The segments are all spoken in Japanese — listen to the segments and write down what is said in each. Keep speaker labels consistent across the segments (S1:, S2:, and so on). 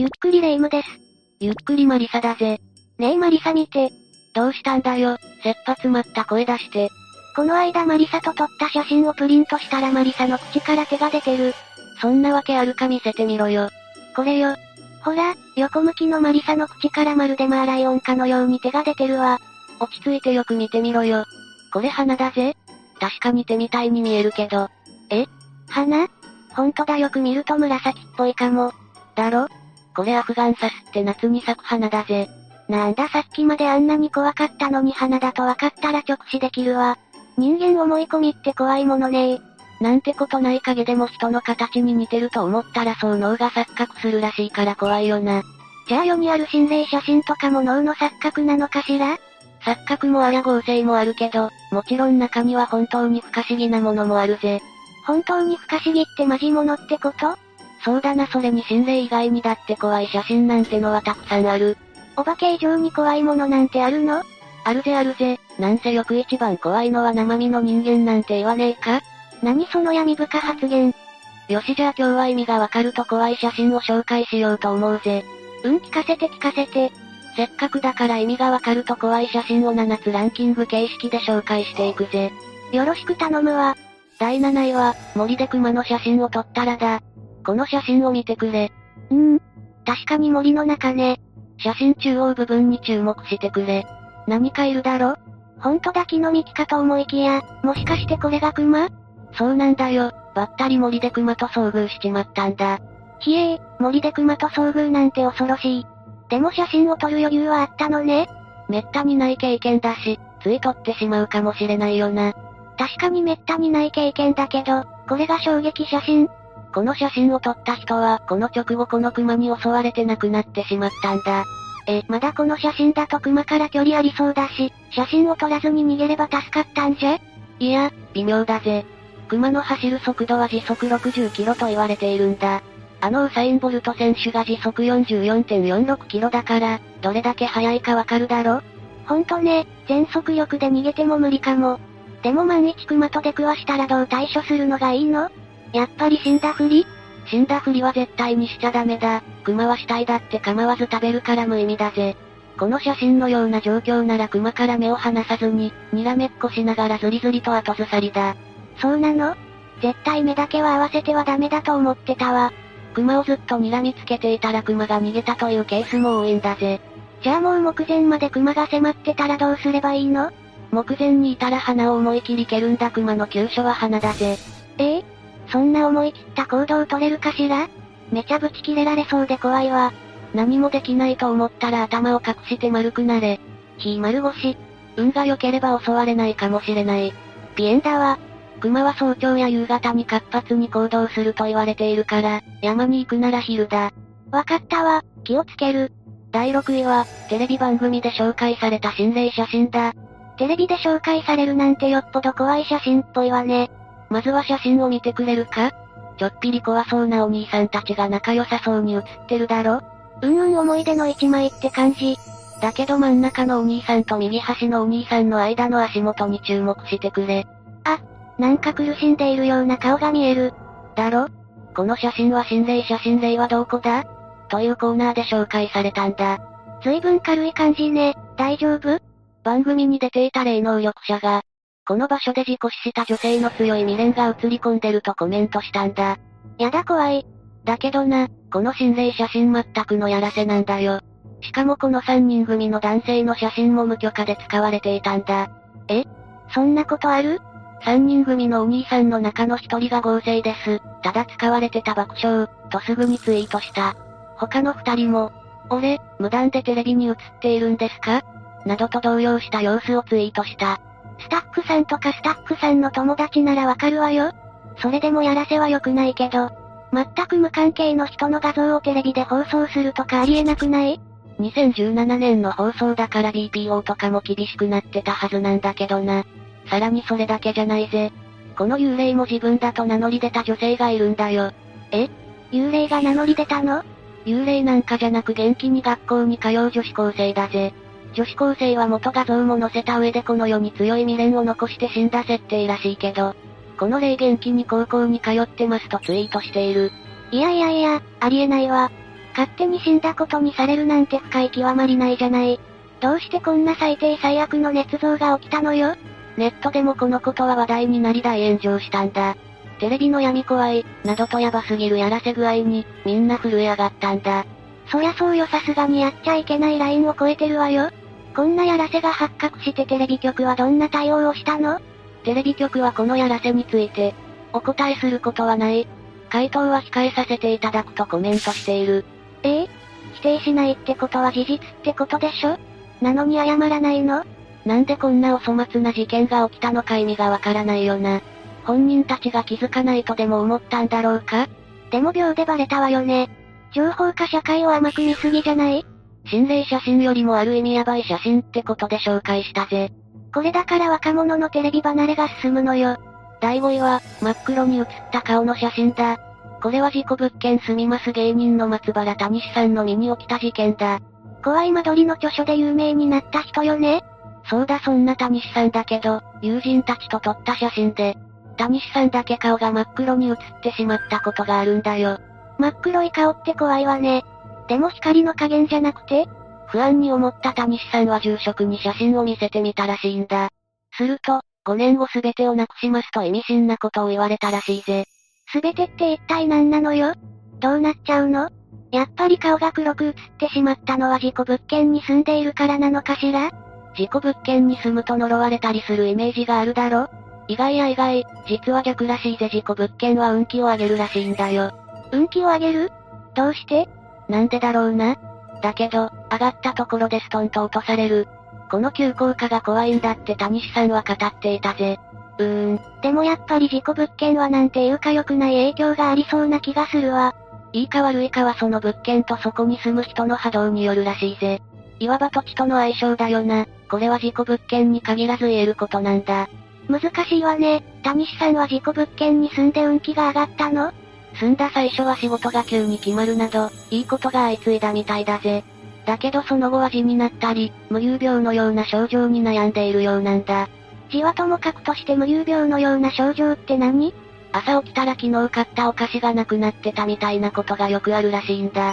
S1: ゆっくりレ夢ムです。
S2: ゆっくりマリサだぜ。
S1: ねえマリサ見て。
S2: どうしたんだよ、切羽詰まった声出して。
S1: この間マリサと撮った写真をプリントしたらマリサの口から手が出てる。
S2: そんなわけあるか見せてみろよ。
S1: これよ。ほら、横向きのマリサの口からまるでマーライオンかのように手が出てるわ。
S2: 落ち着いてよく見てみろよ。これ花だぜ。確かに手みたいに見えるけど。
S1: 花ほんとだよく見ると紫っぽいかも。
S2: だろこれアフガンサスって夏に咲く花だぜ。
S1: なんださっきまであんなに怖かったのに花だと分かったら直視できるわ。人間思い込みって怖いものねえ。
S2: なんてことない影でも人の形に似てると思ったらそう脳が錯覚するらしいから怖いよな。
S1: じゃあ世にある心霊写真とかも脳の錯覚なのかしら
S2: 錯覚もあや合成もあるけど、もちろん中には本当に不可思議なものもあるぜ。
S1: 本当に不可思議ってマジモノってこと
S2: そうだなそれに心霊以外にだって怖い写真なんてのはたくさんある。
S1: お化け以上に怖いものなんてあるの
S2: あるぜあるぜ、なんせよく一番怖いのは生身の人間なんて言わねえか
S1: 何その闇深発言。
S2: よしじゃあ今日は意味がわかると怖い写真を紹介しようと思うぜ。
S1: うん聞かせて聞かせて。
S2: せっかくだから意味がわかると怖い写真を7つランキング形式で紹介していくぜ。
S1: よろしく頼むわ。
S2: 第7位は、森で熊の写真を撮ったらだ。この写真を見てくれ。
S1: うーん。確かに森の中ね。
S2: 写真中央部分に注目してくれ。何かいるだろ
S1: ほんとだ木の幹かと思いきや、もしかしてこれが熊
S2: そうなんだよ。ばったり森で熊と遭遇しちまったんだ。
S1: ひえー、森で熊と遭遇なんて恐ろしい。でも写真を撮る余裕はあったのね。
S2: めったにない経験だし、つい撮ってしまうかもしれないよな。
S1: 確かにめったにない経験だけど、これが衝撃写真。
S2: この写真を撮った人は、この直後この熊に襲われて亡くなってしまったんだ。
S1: え、まだこの写真だと熊から距離ありそうだし、写真を撮らずに逃げれば助かったんじゃ
S2: いや、微妙だぜ。熊の走る速度は時速60キロと言われているんだ。あのウサインボルト選手が時速44.46キロだから、どれだけ速いかわかるだろ
S1: ほんとね、全速力で逃げても無理かも。でも万一熊と出くわしたらどう対処するのがいいのやっぱり死んだふり
S2: 死んだふりは絶対にしちゃダメだ。熊は死体だって構わず食べるから無意味だぜ。この写真のような状況なら熊から目を離さずに、にらめっこしながらズリズリと後ずさりだ。
S1: そうなの絶対目だけは合わせてはダメだと思ってたわ。
S2: 熊をずっと睨みつけていたら熊が逃げたというケースも多いんだぜ。
S1: じゃあもう目前まで熊が迫ってたらどうすればいいの
S2: 目前にいたら鼻を思い切り蹴るんだ熊の急所は鼻だぜ。
S1: ええそんな思い切った行動取れるかしらめちゃぶち切れられそうで怖いわ。
S2: 何もできないと思ったら頭を隠して丸くなれ。ひ丸腰。運が良ければ襲われないかもしれない。
S1: ピエンだわ。
S2: 熊は早朝や夕方に活発に行動すると言われているから、山に行くなら昼だ。
S1: わかったわ。気をつける。
S2: 第6位は、テレビ番組で紹介された心霊写真だ。
S1: テレビで紹介されるなんてよっぽど怖い写真っぽいわね。
S2: まずは写真を見てくれるかちょっぴり怖そうなお兄さんたちが仲良さそうに写ってるだろ
S1: うんうん思い出の一枚って感じ。
S2: だけど真ん中のお兄さんと右端のお兄さんの間の足元に注目してくれ。
S1: なんか苦しんでいるような顔が見える。
S2: だろこの写真は心霊写真霊はどこだというコーナーで紹介されたんだ。
S1: 随分軽い感じね。大丈夫
S2: 番組に出ていた霊能力者が、この場所で事故死した女性の強い未練が映り込んでるとコメントしたんだ。
S1: やだ怖い。
S2: だけどな、この心霊写真全くのやらせなんだよ。しかもこの3人組の男性の写真も無許可で使われていたんだ。
S1: そんなことある
S2: 3人組のお兄さんの中の1人が合成です。ただ使われてた爆笑、とすぐにツイートした。他の2人も、俺、無断でテレビに映っているんですかなどと動揺した様子をツイートした。
S1: スタッフさんとかスタッフさんの友達ならわかるわよ。それでもやらせは良くないけど、全く無関係の人の画像をテレビで放送するとかありえなくない
S2: 2017年の放送だから BPO とかも厳しくなってたはずなんだけどな。さらにそれだけじゃないぜ。この幽霊も自分だと名乗り出た女性がいるんだよ。
S1: 幽霊が名乗り出たの
S2: 幽霊なんかじゃなく元気に学校に通う女子高生だぜ。女子高生は元画像も載せた上でこの世に強い未練を残して死んだ設定らしいけど、この霊元気に高校に通ってますとツイートしている。
S1: いやいやいや、ありえないわ。勝手に死んだことにされるなんて深い極まりないじゃない。どうしてこんな最低最悪の捏造が起きたのよ
S2: ネットでもこのことは話題になり大炎上したんだ。テレビの闇怖い、などとヤバすぎるやらせ具合に、みんな震え上がったんだ。
S1: そりゃそうよさすがにやっちゃいけないラインを超えてるわよ。こんなやらせが発覚してテレビ局はどんな対応をしたの
S2: テレビ局はこのやらせについて、お答えすることはない。回答は控えさせていただくとコメントしている。
S1: ええ否定しないってことは事実ってことでしょなのに謝らないの
S2: なんでこんなお粗末な事件が起きたのか意味がわからないよな。本人たちが気づかないとでも思ったんだろうか
S1: でも秒でバレたわよね。情報化社会を甘く見すぎじゃない
S2: 心霊写真よりもある意味ヤバい写真ってことで紹介したぜ。
S1: これだから若者のテレビ離れが進むのよ。
S2: 第5位は、真っ黒に写った顔の写真だ。これは事故物件住みます芸人の松原谷志さんの身に起きた事件だ。
S1: 怖い間取りの著書で有名になった人よね
S2: そうだそんな谷志さんだけど、友人たちと撮った写真で、谷志さんだけ顔が真っ黒に写ってしまったことがあるんだよ。
S1: 真っ黒い顔って怖いわね。でも光の加減じゃなくて
S2: 不安に思った谷志さんは住職に写真を見せてみたらしいんだ。すると、5年後全てをなくしますと意味深なことを言われたらしいぜ。
S1: 全てって一体何なのよどうなっちゃうのやっぱり顔が黒く写ってしまったのは事故物件に住んでいるからなのかしら
S2: 事故物件に住むと呪われたりするイメージがあるだろ意外や意外、実は逆らしいぜ事故物件は運気を上げるらしいんだよ。
S1: 運気を上げるどうして
S2: なんでだろうな。だけど、上がったところでストンと落とされる。この急降下が怖いんだって谷志さんは語っていたぜ。うーん。
S1: でもやっぱり事故物件はなんていうか良くない影響がありそうな気がするわ。
S2: いいか悪いかはその物件とそこに住む人の波動によるらしいぜ。いわば土地との相性だよな。これは事故物件に限らず言えることなんだ。
S1: 難しいわね。谷志さんは事故物件に住んで運気が上がったの
S2: 住んだ最初は仕事が急に決まるなど、いいことが相次いだみたいだぜ。だけどその後は痔になったり、無遊病のような症状に悩んでいるようなんだ。
S1: 痔はともかくとして無遊病のような症状って何
S2: 朝起きたら昨日買ったお菓子がなくなってたみたいなことがよくあるらしいんだ。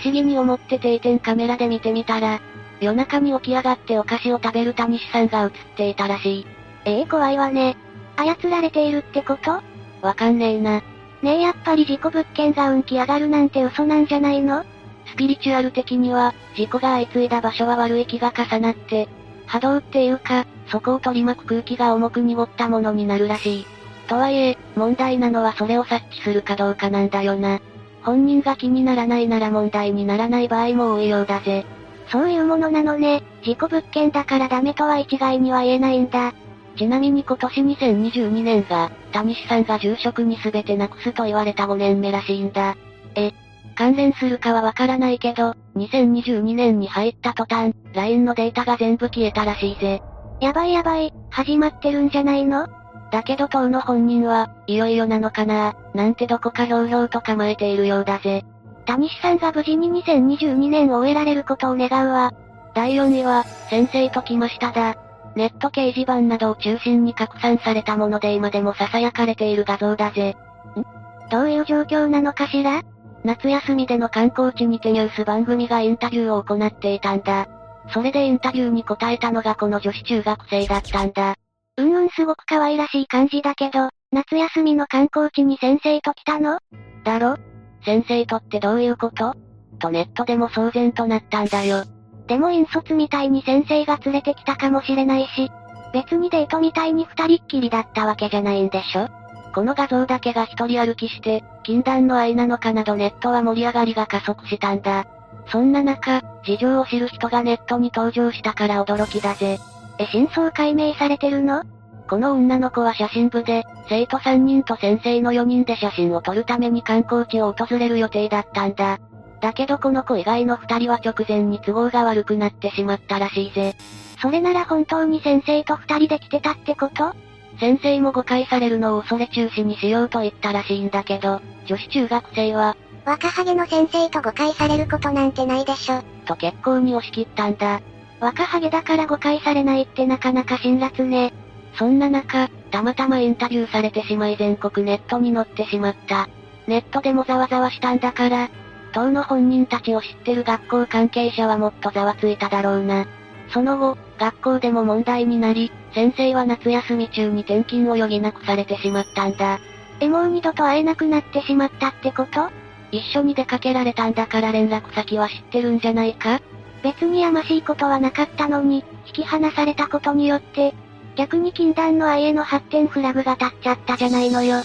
S2: 不思議に思って定点カメラで見てみたら、夜中に起き上がってお菓子を食べる谷志さんが映っていたらしい。
S1: ええー、怖いわね。操られているってこと
S2: わかんねえな。
S1: ねえやっぱり事故物件が運気上がるなんて嘘なんじゃないの
S2: スピリチュアル的には、事故が相次いだ場所は悪い気が重なって、波動っていうか、そこを取り巻く空気が重く濁ったものになるらしい。とはいえ、問題なのはそれを察知するかどうかなんだよな。本人が気にならないなら問題にならない場合も多いようだぜ。
S1: そういうものなのね、事故物件だからダメとは一概には言えないんだ。
S2: ちなみに今年2022年が、谷志さんが住職に全てなくすと言われた5年目らしいんだ。え、関連するかはわからないけど、2022年に入った途端、LINE のデータが全部消えたらしいぜ。
S1: やばいやばい、始まってるんじゃないの
S2: だけど当の本人は、いよいよなのかななんてどこかひょうひょうと構えているようだぜ。
S1: 谷志さんが無事に2022年を終えられることを願うわ。
S2: 第4位は、先生と来ましただ。ネット掲示板などを中心に拡散されたもので今でも囁かれている画像だぜ。
S1: んどういう状況なのかしら
S2: 夏休みでの観光地にてニュース番組がインタビューを行っていたんだ。それでインタビューに答えたのがこの女子中学生だったんだ。
S1: うんうんすごく可愛らしい感じだけど、夏休みの観光地に先生と来たの
S2: だろ先生とってどういうこととネットでも騒然となったんだよ。
S1: でも引率みたいに先生が連れてきたかもしれないし、別にデートみたいに二人っきりだったわけじゃないんでしょ
S2: この画像だけが一人歩きして、禁断の愛なのかなどネットは盛り上がりが加速したんだ。そんな中、事情を知る人がネットに登場したから驚きだぜ。
S1: え、真相解明されてるの
S2: この女の子は写真部で、生徒3人と先生の4人で写真を撮るために観光地を訪れる予定だったんだ。だけどこの子以外の二人は直前に都合が悪くなってしまったらしいぜ。
S1: それなら本当に先生と二人で来てたってこと
S2: 先生も誤解されるのを恐れ中止にしようと言ったらしいんだけど、女子中学生は、
S3: 若ハゲの先生と誤解されることなんてないでしょ。
S2: と結構に押し切ったんだ。
S1: 若ハゲだから誤解されないってなかなか辛辣ね。
S2: そんな中、たまたまインタビューされてしまい全国ネットに載ってしまった。ネットでもざわざわしたんだから、当の本人たちを知ってる学校関係者はもっとざわついただろうな。その後、学校でも問題になり、先生は夏休み中に転勤を余儀なくされてしまったんだ。
S1: え、もう二度と会えなくなってしまったってこと
S2: 一緒に出かけられたんだから連絡先は知ってるんじゃないか
S1: 別にやましいことはなかったのに、引き離されたことによって、逆に禁断の愛への発展フラグが立っちゃったじゃないのよ。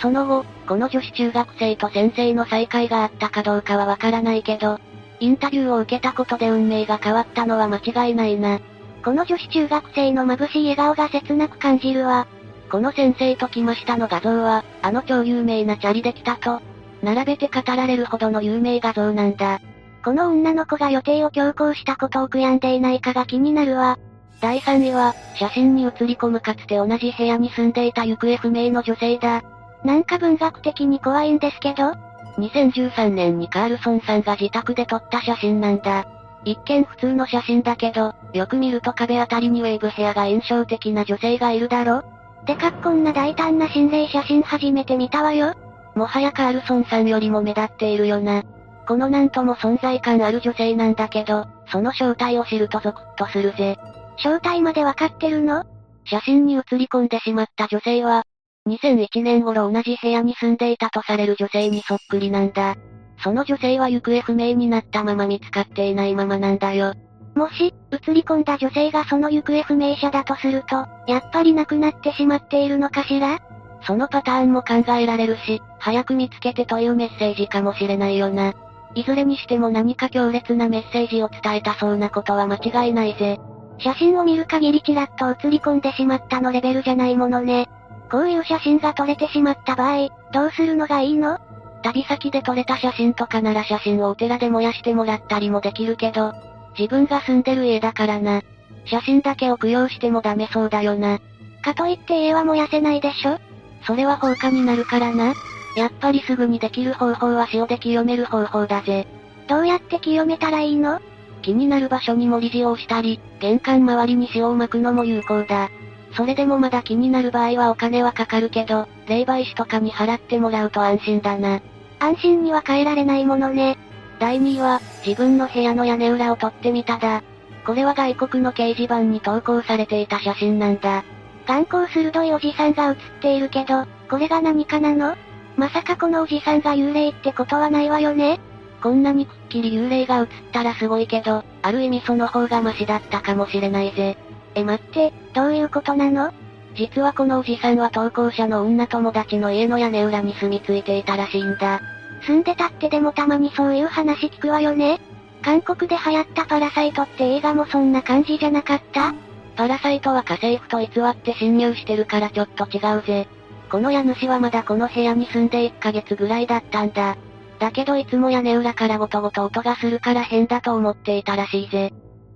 S2: その後、この女子中学生と先生の再会があったかどうかはわからないけど、インタビューを受けたことで運命が変わったのは間違いないな。
S1: この女子中学生の眩しい笑顔が切なく感じるわ。
S2: この先生と来ましたの画像は、あの超有名なチャリで来たと、並べて語られるほどの有名画像なんだ。
S1: この女の子が予定を強行したことを悔やんでいないかが気になるわ。
S2: 第3位は、写真に写り込むかつて同じ部屋に住んでいた行方不明の女性だ。
S1: なんか文学的に怖いんですけど、
S2: 2013年にカールソンさんが自宅で撮った写真なんだ。一見普通の写真だけど、よく見ると壁あたりにウェーブヘアが印象的な女性がいるだろ
S1: でかっこんな大胆な心霊写真初めて見たわよ。
S2: もはやカールソンさんよりも目立っているよな。このなんとも存在感ある女性なんだけど、その正体を知るとゾクッとするぜ。
S1: 正体までわかってるの
S2: 写真に写り込んでしまった女性は、2001年頃同じ部屋に住んでいたとされる女性にそっくりなんだ。その女性は行方不明になったまま見つかっていないままなんだよ。
S1: もし、映り込んだ女性がその行方不明者だとすると、やっぱり亡くなってしまっているのかしら
S2: そのパターンも考えられるし、早く見つけてというメッセージかもしれないよな。いずれにしても何か強烈なメッセージを伝えたそうなことは間違いないぜ。
S1: 写真を見る限りちらっと映り込んでしまったのレベルじゃないものね。こういう写真が撮れてしまった場合、どうするのがいいの
S2: 旅先で撮れた写真とかなら写真をお寺で燃やしてもらったりもできるけど、自分が住んでる家だからな。写真だけを供養してもダメそうだよな。
S1: かといって家は燃やせないでしょ
S2: それは放火になるからな。やっぱりすぐにできる方法は塩で清める方法だぜ。
S1: どうやって清めたらいいの
S2: 気になる場所に盛り塩をしたり、玄関周りに塩をまくのも有効だ。それでもまだ気になる場合はお金はかかるけど、霊媒師とかに払ってもらうと安心だな。
S1: 安心には変えられないものね。
S2: 第2位は、自分の部屋の屋根裏を撮ってみただ。これは外国の掲示板に投稿されていた写真なんだ。
S1: 眼光鋭いおじさんが写っているけど、これが何かなのまさかこのおじさんが幽霊ってことはないわよね
S2: こんなにくっきり幽霊が映ったらすごいけど、ある意味その方がマシだったかもしれないぜ。
S1: え、待って、どういうことなの
S2: 実はこのおじさんは投稿者の女友達の家の屋根裏に住み着いていたらしいんだ。
S1: 住んでたってでもたまにそういう話聞くわよね。韓国で流行ったパラサイトって映画もそんな感じじゃなかった
S2: パラサイトは家政婦と偽って侵入してるからちょっと違うぜ。この家主はまだこの部屋に住んで1ヶ月ぐらいだったんだ。だけどいつも屋根裏からごとごと音がするから変だと思っていたらしいぜ。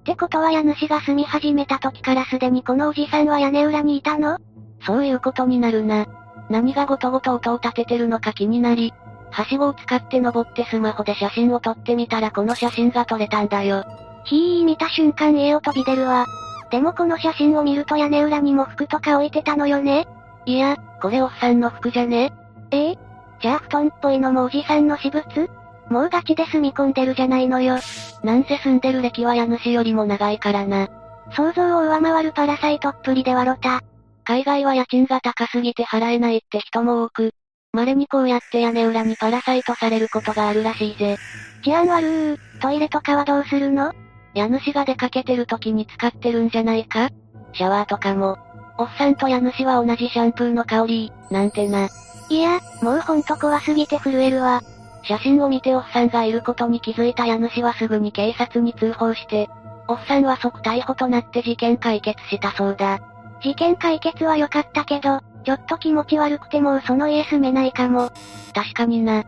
S1: ってことは家主が住み始めた時からすでにこのおじさんは屋根裏にいたの
S2: そういうことになるな。何がごとごと音を立ててるのか気になり、はしごを使って登ってスマホで写真を撮ってみたらこの写真が撮れたんだよ。
S1: ひー見た瞬間家を飛び出るわ。でもこの写真を見ると屋根裏にも服とか置いてたのよね
S2: いや、これおっさんの服じゃね
S1: ええじゃあ布団っぽいのもおじさんの私物もうガチで住み込んでるじゃないのよ。
S2: なんせ住んでる歴は家主よりも長いからな。
S1: 想像を上回るパラサイトっぷりで笑った。
S2: 海外は家賃が高すぎて払えないって人も多く、稀にこうやって屋根裏にパラサイトされることがあるらしいぜ。
S1: 治安悪ー、トイレとかはどうするの
S2: 家主が出かけてる時に使ってるんじゃないかシャワーとかも。おっさんと家主は同じシャンプーの香り、なんてな。
S1: いや、もうほんと怖すぎて震えるわ。
S2: 写真を見ておっさんがいることに気づいた家主はすぐに警察に通報して、おっさんは即逮捕となって事件解決したそうだ。
S1: 事件解決は良かったけど、ちょっと気持ち悪くてもうその家住めないかも。
S2: 確かにな。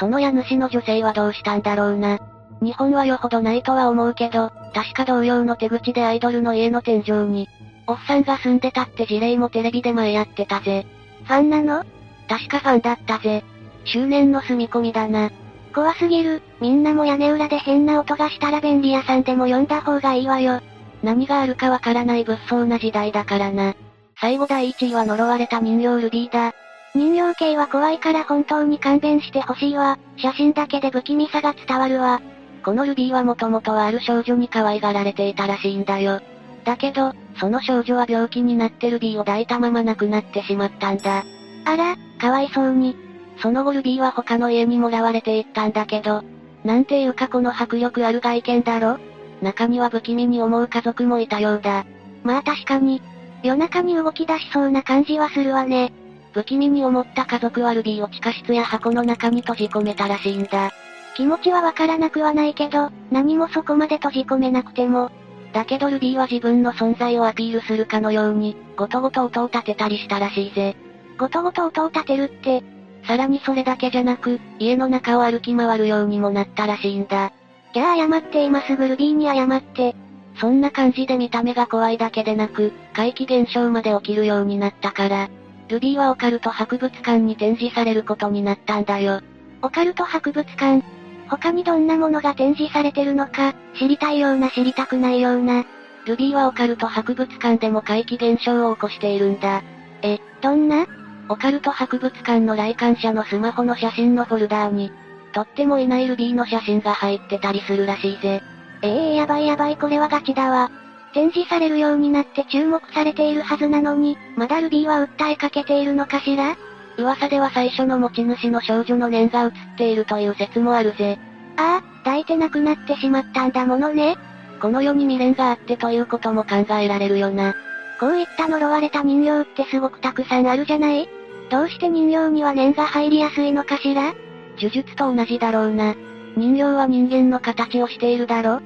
S2: その家主の女性はどうしたんだろうな。日本はよほどないとは思うけど、確か同様の手口でアイドルの家の天井に、おっさんが住んでたって事例もテレビで前やってたぜ。
S1: ファンなの
S2: 確かファンだったぜ。執念の住み込みだな。
S1: 怖すぎる、みんなも屋根裏で変な音がしたら便利屋さんでも呼んだ方がいいわよ。
S2: 何があるかわからない物騒な時代だからな。最後第1位は呪われた人形ルビーだ。
S1: 人形系は怖いから本当に勘弁してほしいわ。写真だけで不気味さが伝わるわ。
S2: このルビーはもともとはある少女に可愛がられていたらしいんだよ。だけど、その少女は病気になってルビーを抱いたまま亡くなってしまったんだ。
S1: あら、かわいそうに。
S2: その後ルビーは他の家にもらわれていったんだけど、なんていうかこの迫力ある外見だろ中には不気味に思う家族もいたようだ。
S1: まあ確かに。夜中に動き出しそうな感じはするわね。
S2: 不気味に思った家族はルビーを地下室や箱の中に閉じ込めたらしいんだ。
S1: 気持ちはわからなくはないけど、何もそこまで閉じ込めなくても。
S2: だけどルビーは自分の存在をアピールするかのように、ごとごと音を立てたりしたらしいぜ。
S1: ごとごと音を立てるって、
S2: さらにそれだけじゃなく、家の中を歩き回るようにもなったらしいんだ。
S1: ギャー謝って今すぐルビーに謝って。
S2: そんな感じで見た目が怖いだけでなく、怪奇現象まで起きるようになったから、ルビーはオカルト博物館に展示されることになったんだよ。
S1: オカルト博物館他にどんなものが展示されてるのか、知りたいような知りたくないような。
S2: ルビーはオカルト博物館でも怪奇現象を起こしているんだ。
S1: え、どんな
S2: オカルト博物館の来館者のスマホの写真のフォルダーに、とってもいないルビーの写真が入ってたりするらしいぜ。
S1: ええー、やばいやばいこれはガチだわ。展示されるようになって注目されているはずなのに、まだルビーは訴えかけているのかしら
S2: 噂では最初の持ち主の少女の念が映っているという説もあるぜ。
S1: ああ、抱いてなくなってしまったんだものね。
S2: この世に未練があってということも考えられるよな。
S1: こういった呪われた人形ってすごくたくさんあるじゃないどうして人形には念が入りやすいのかしら
S2: 呪術と同じだろうな。人形は人間の形をしているだろ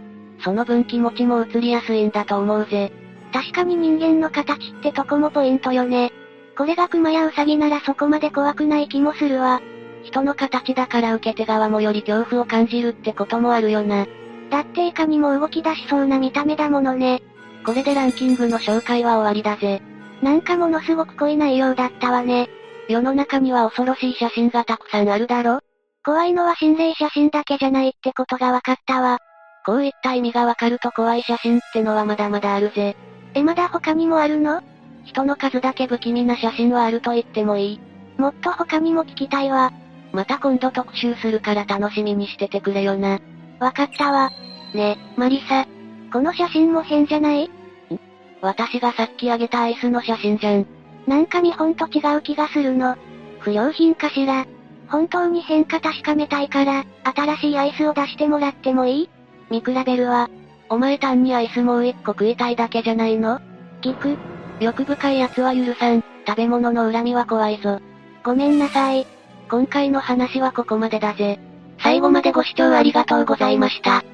S2: その分気持ちも移りやすいんだと思うぜ。
S1: 確かに人間の形ってとこもポイントよね。これが熊やウサギならそこまで怖くない気もするわ。
S2: 人の形だから受け手側もより恐怖を感じるってこともあるよな。
S1: だっていかにも動き出しそうな見た目だものね。
S2: これでランキングの紹介は終わりだぜ。
S1: なんかものすごく濃い内容だったわね。
S2: 世の中には恐ろしい写真がたくさんあるだろ
S1: 怖いのは心霊写真だけじゃないってことが分かったわ。
S2: こういった意味がわかると怖い写真ってのはまだまだあるぜ。
S1: え、まだ他にもあるの
S2: 人の数だけ不気味な写真はあると言ってもいい。
S1: もっと他にも聞きたいわ。
S2: また今度特集するから楽しみにしててくれよな。
S1: わかったわ。
S2: ね、マリサ。
S1: この写真も変じゃないん
S2: 私がさっきあげたアイスの写真じゃん。
S1: なんか見本と違う気がするの。不良品かしら。本当に変化確かめたいから、新しいアイスを出してもらってもいい
S2: 見比べるわ。お前単にアイスもう一個食いたいだけじゃないの
S1: 聞く。
S2: 欲深い奴は許さん。食べ物の恨みは怖いぞ。
S1: ごめんなさい。
S2: 今回の話はここまでだぜ。
S1: 最後までご視聴ありがとうございました。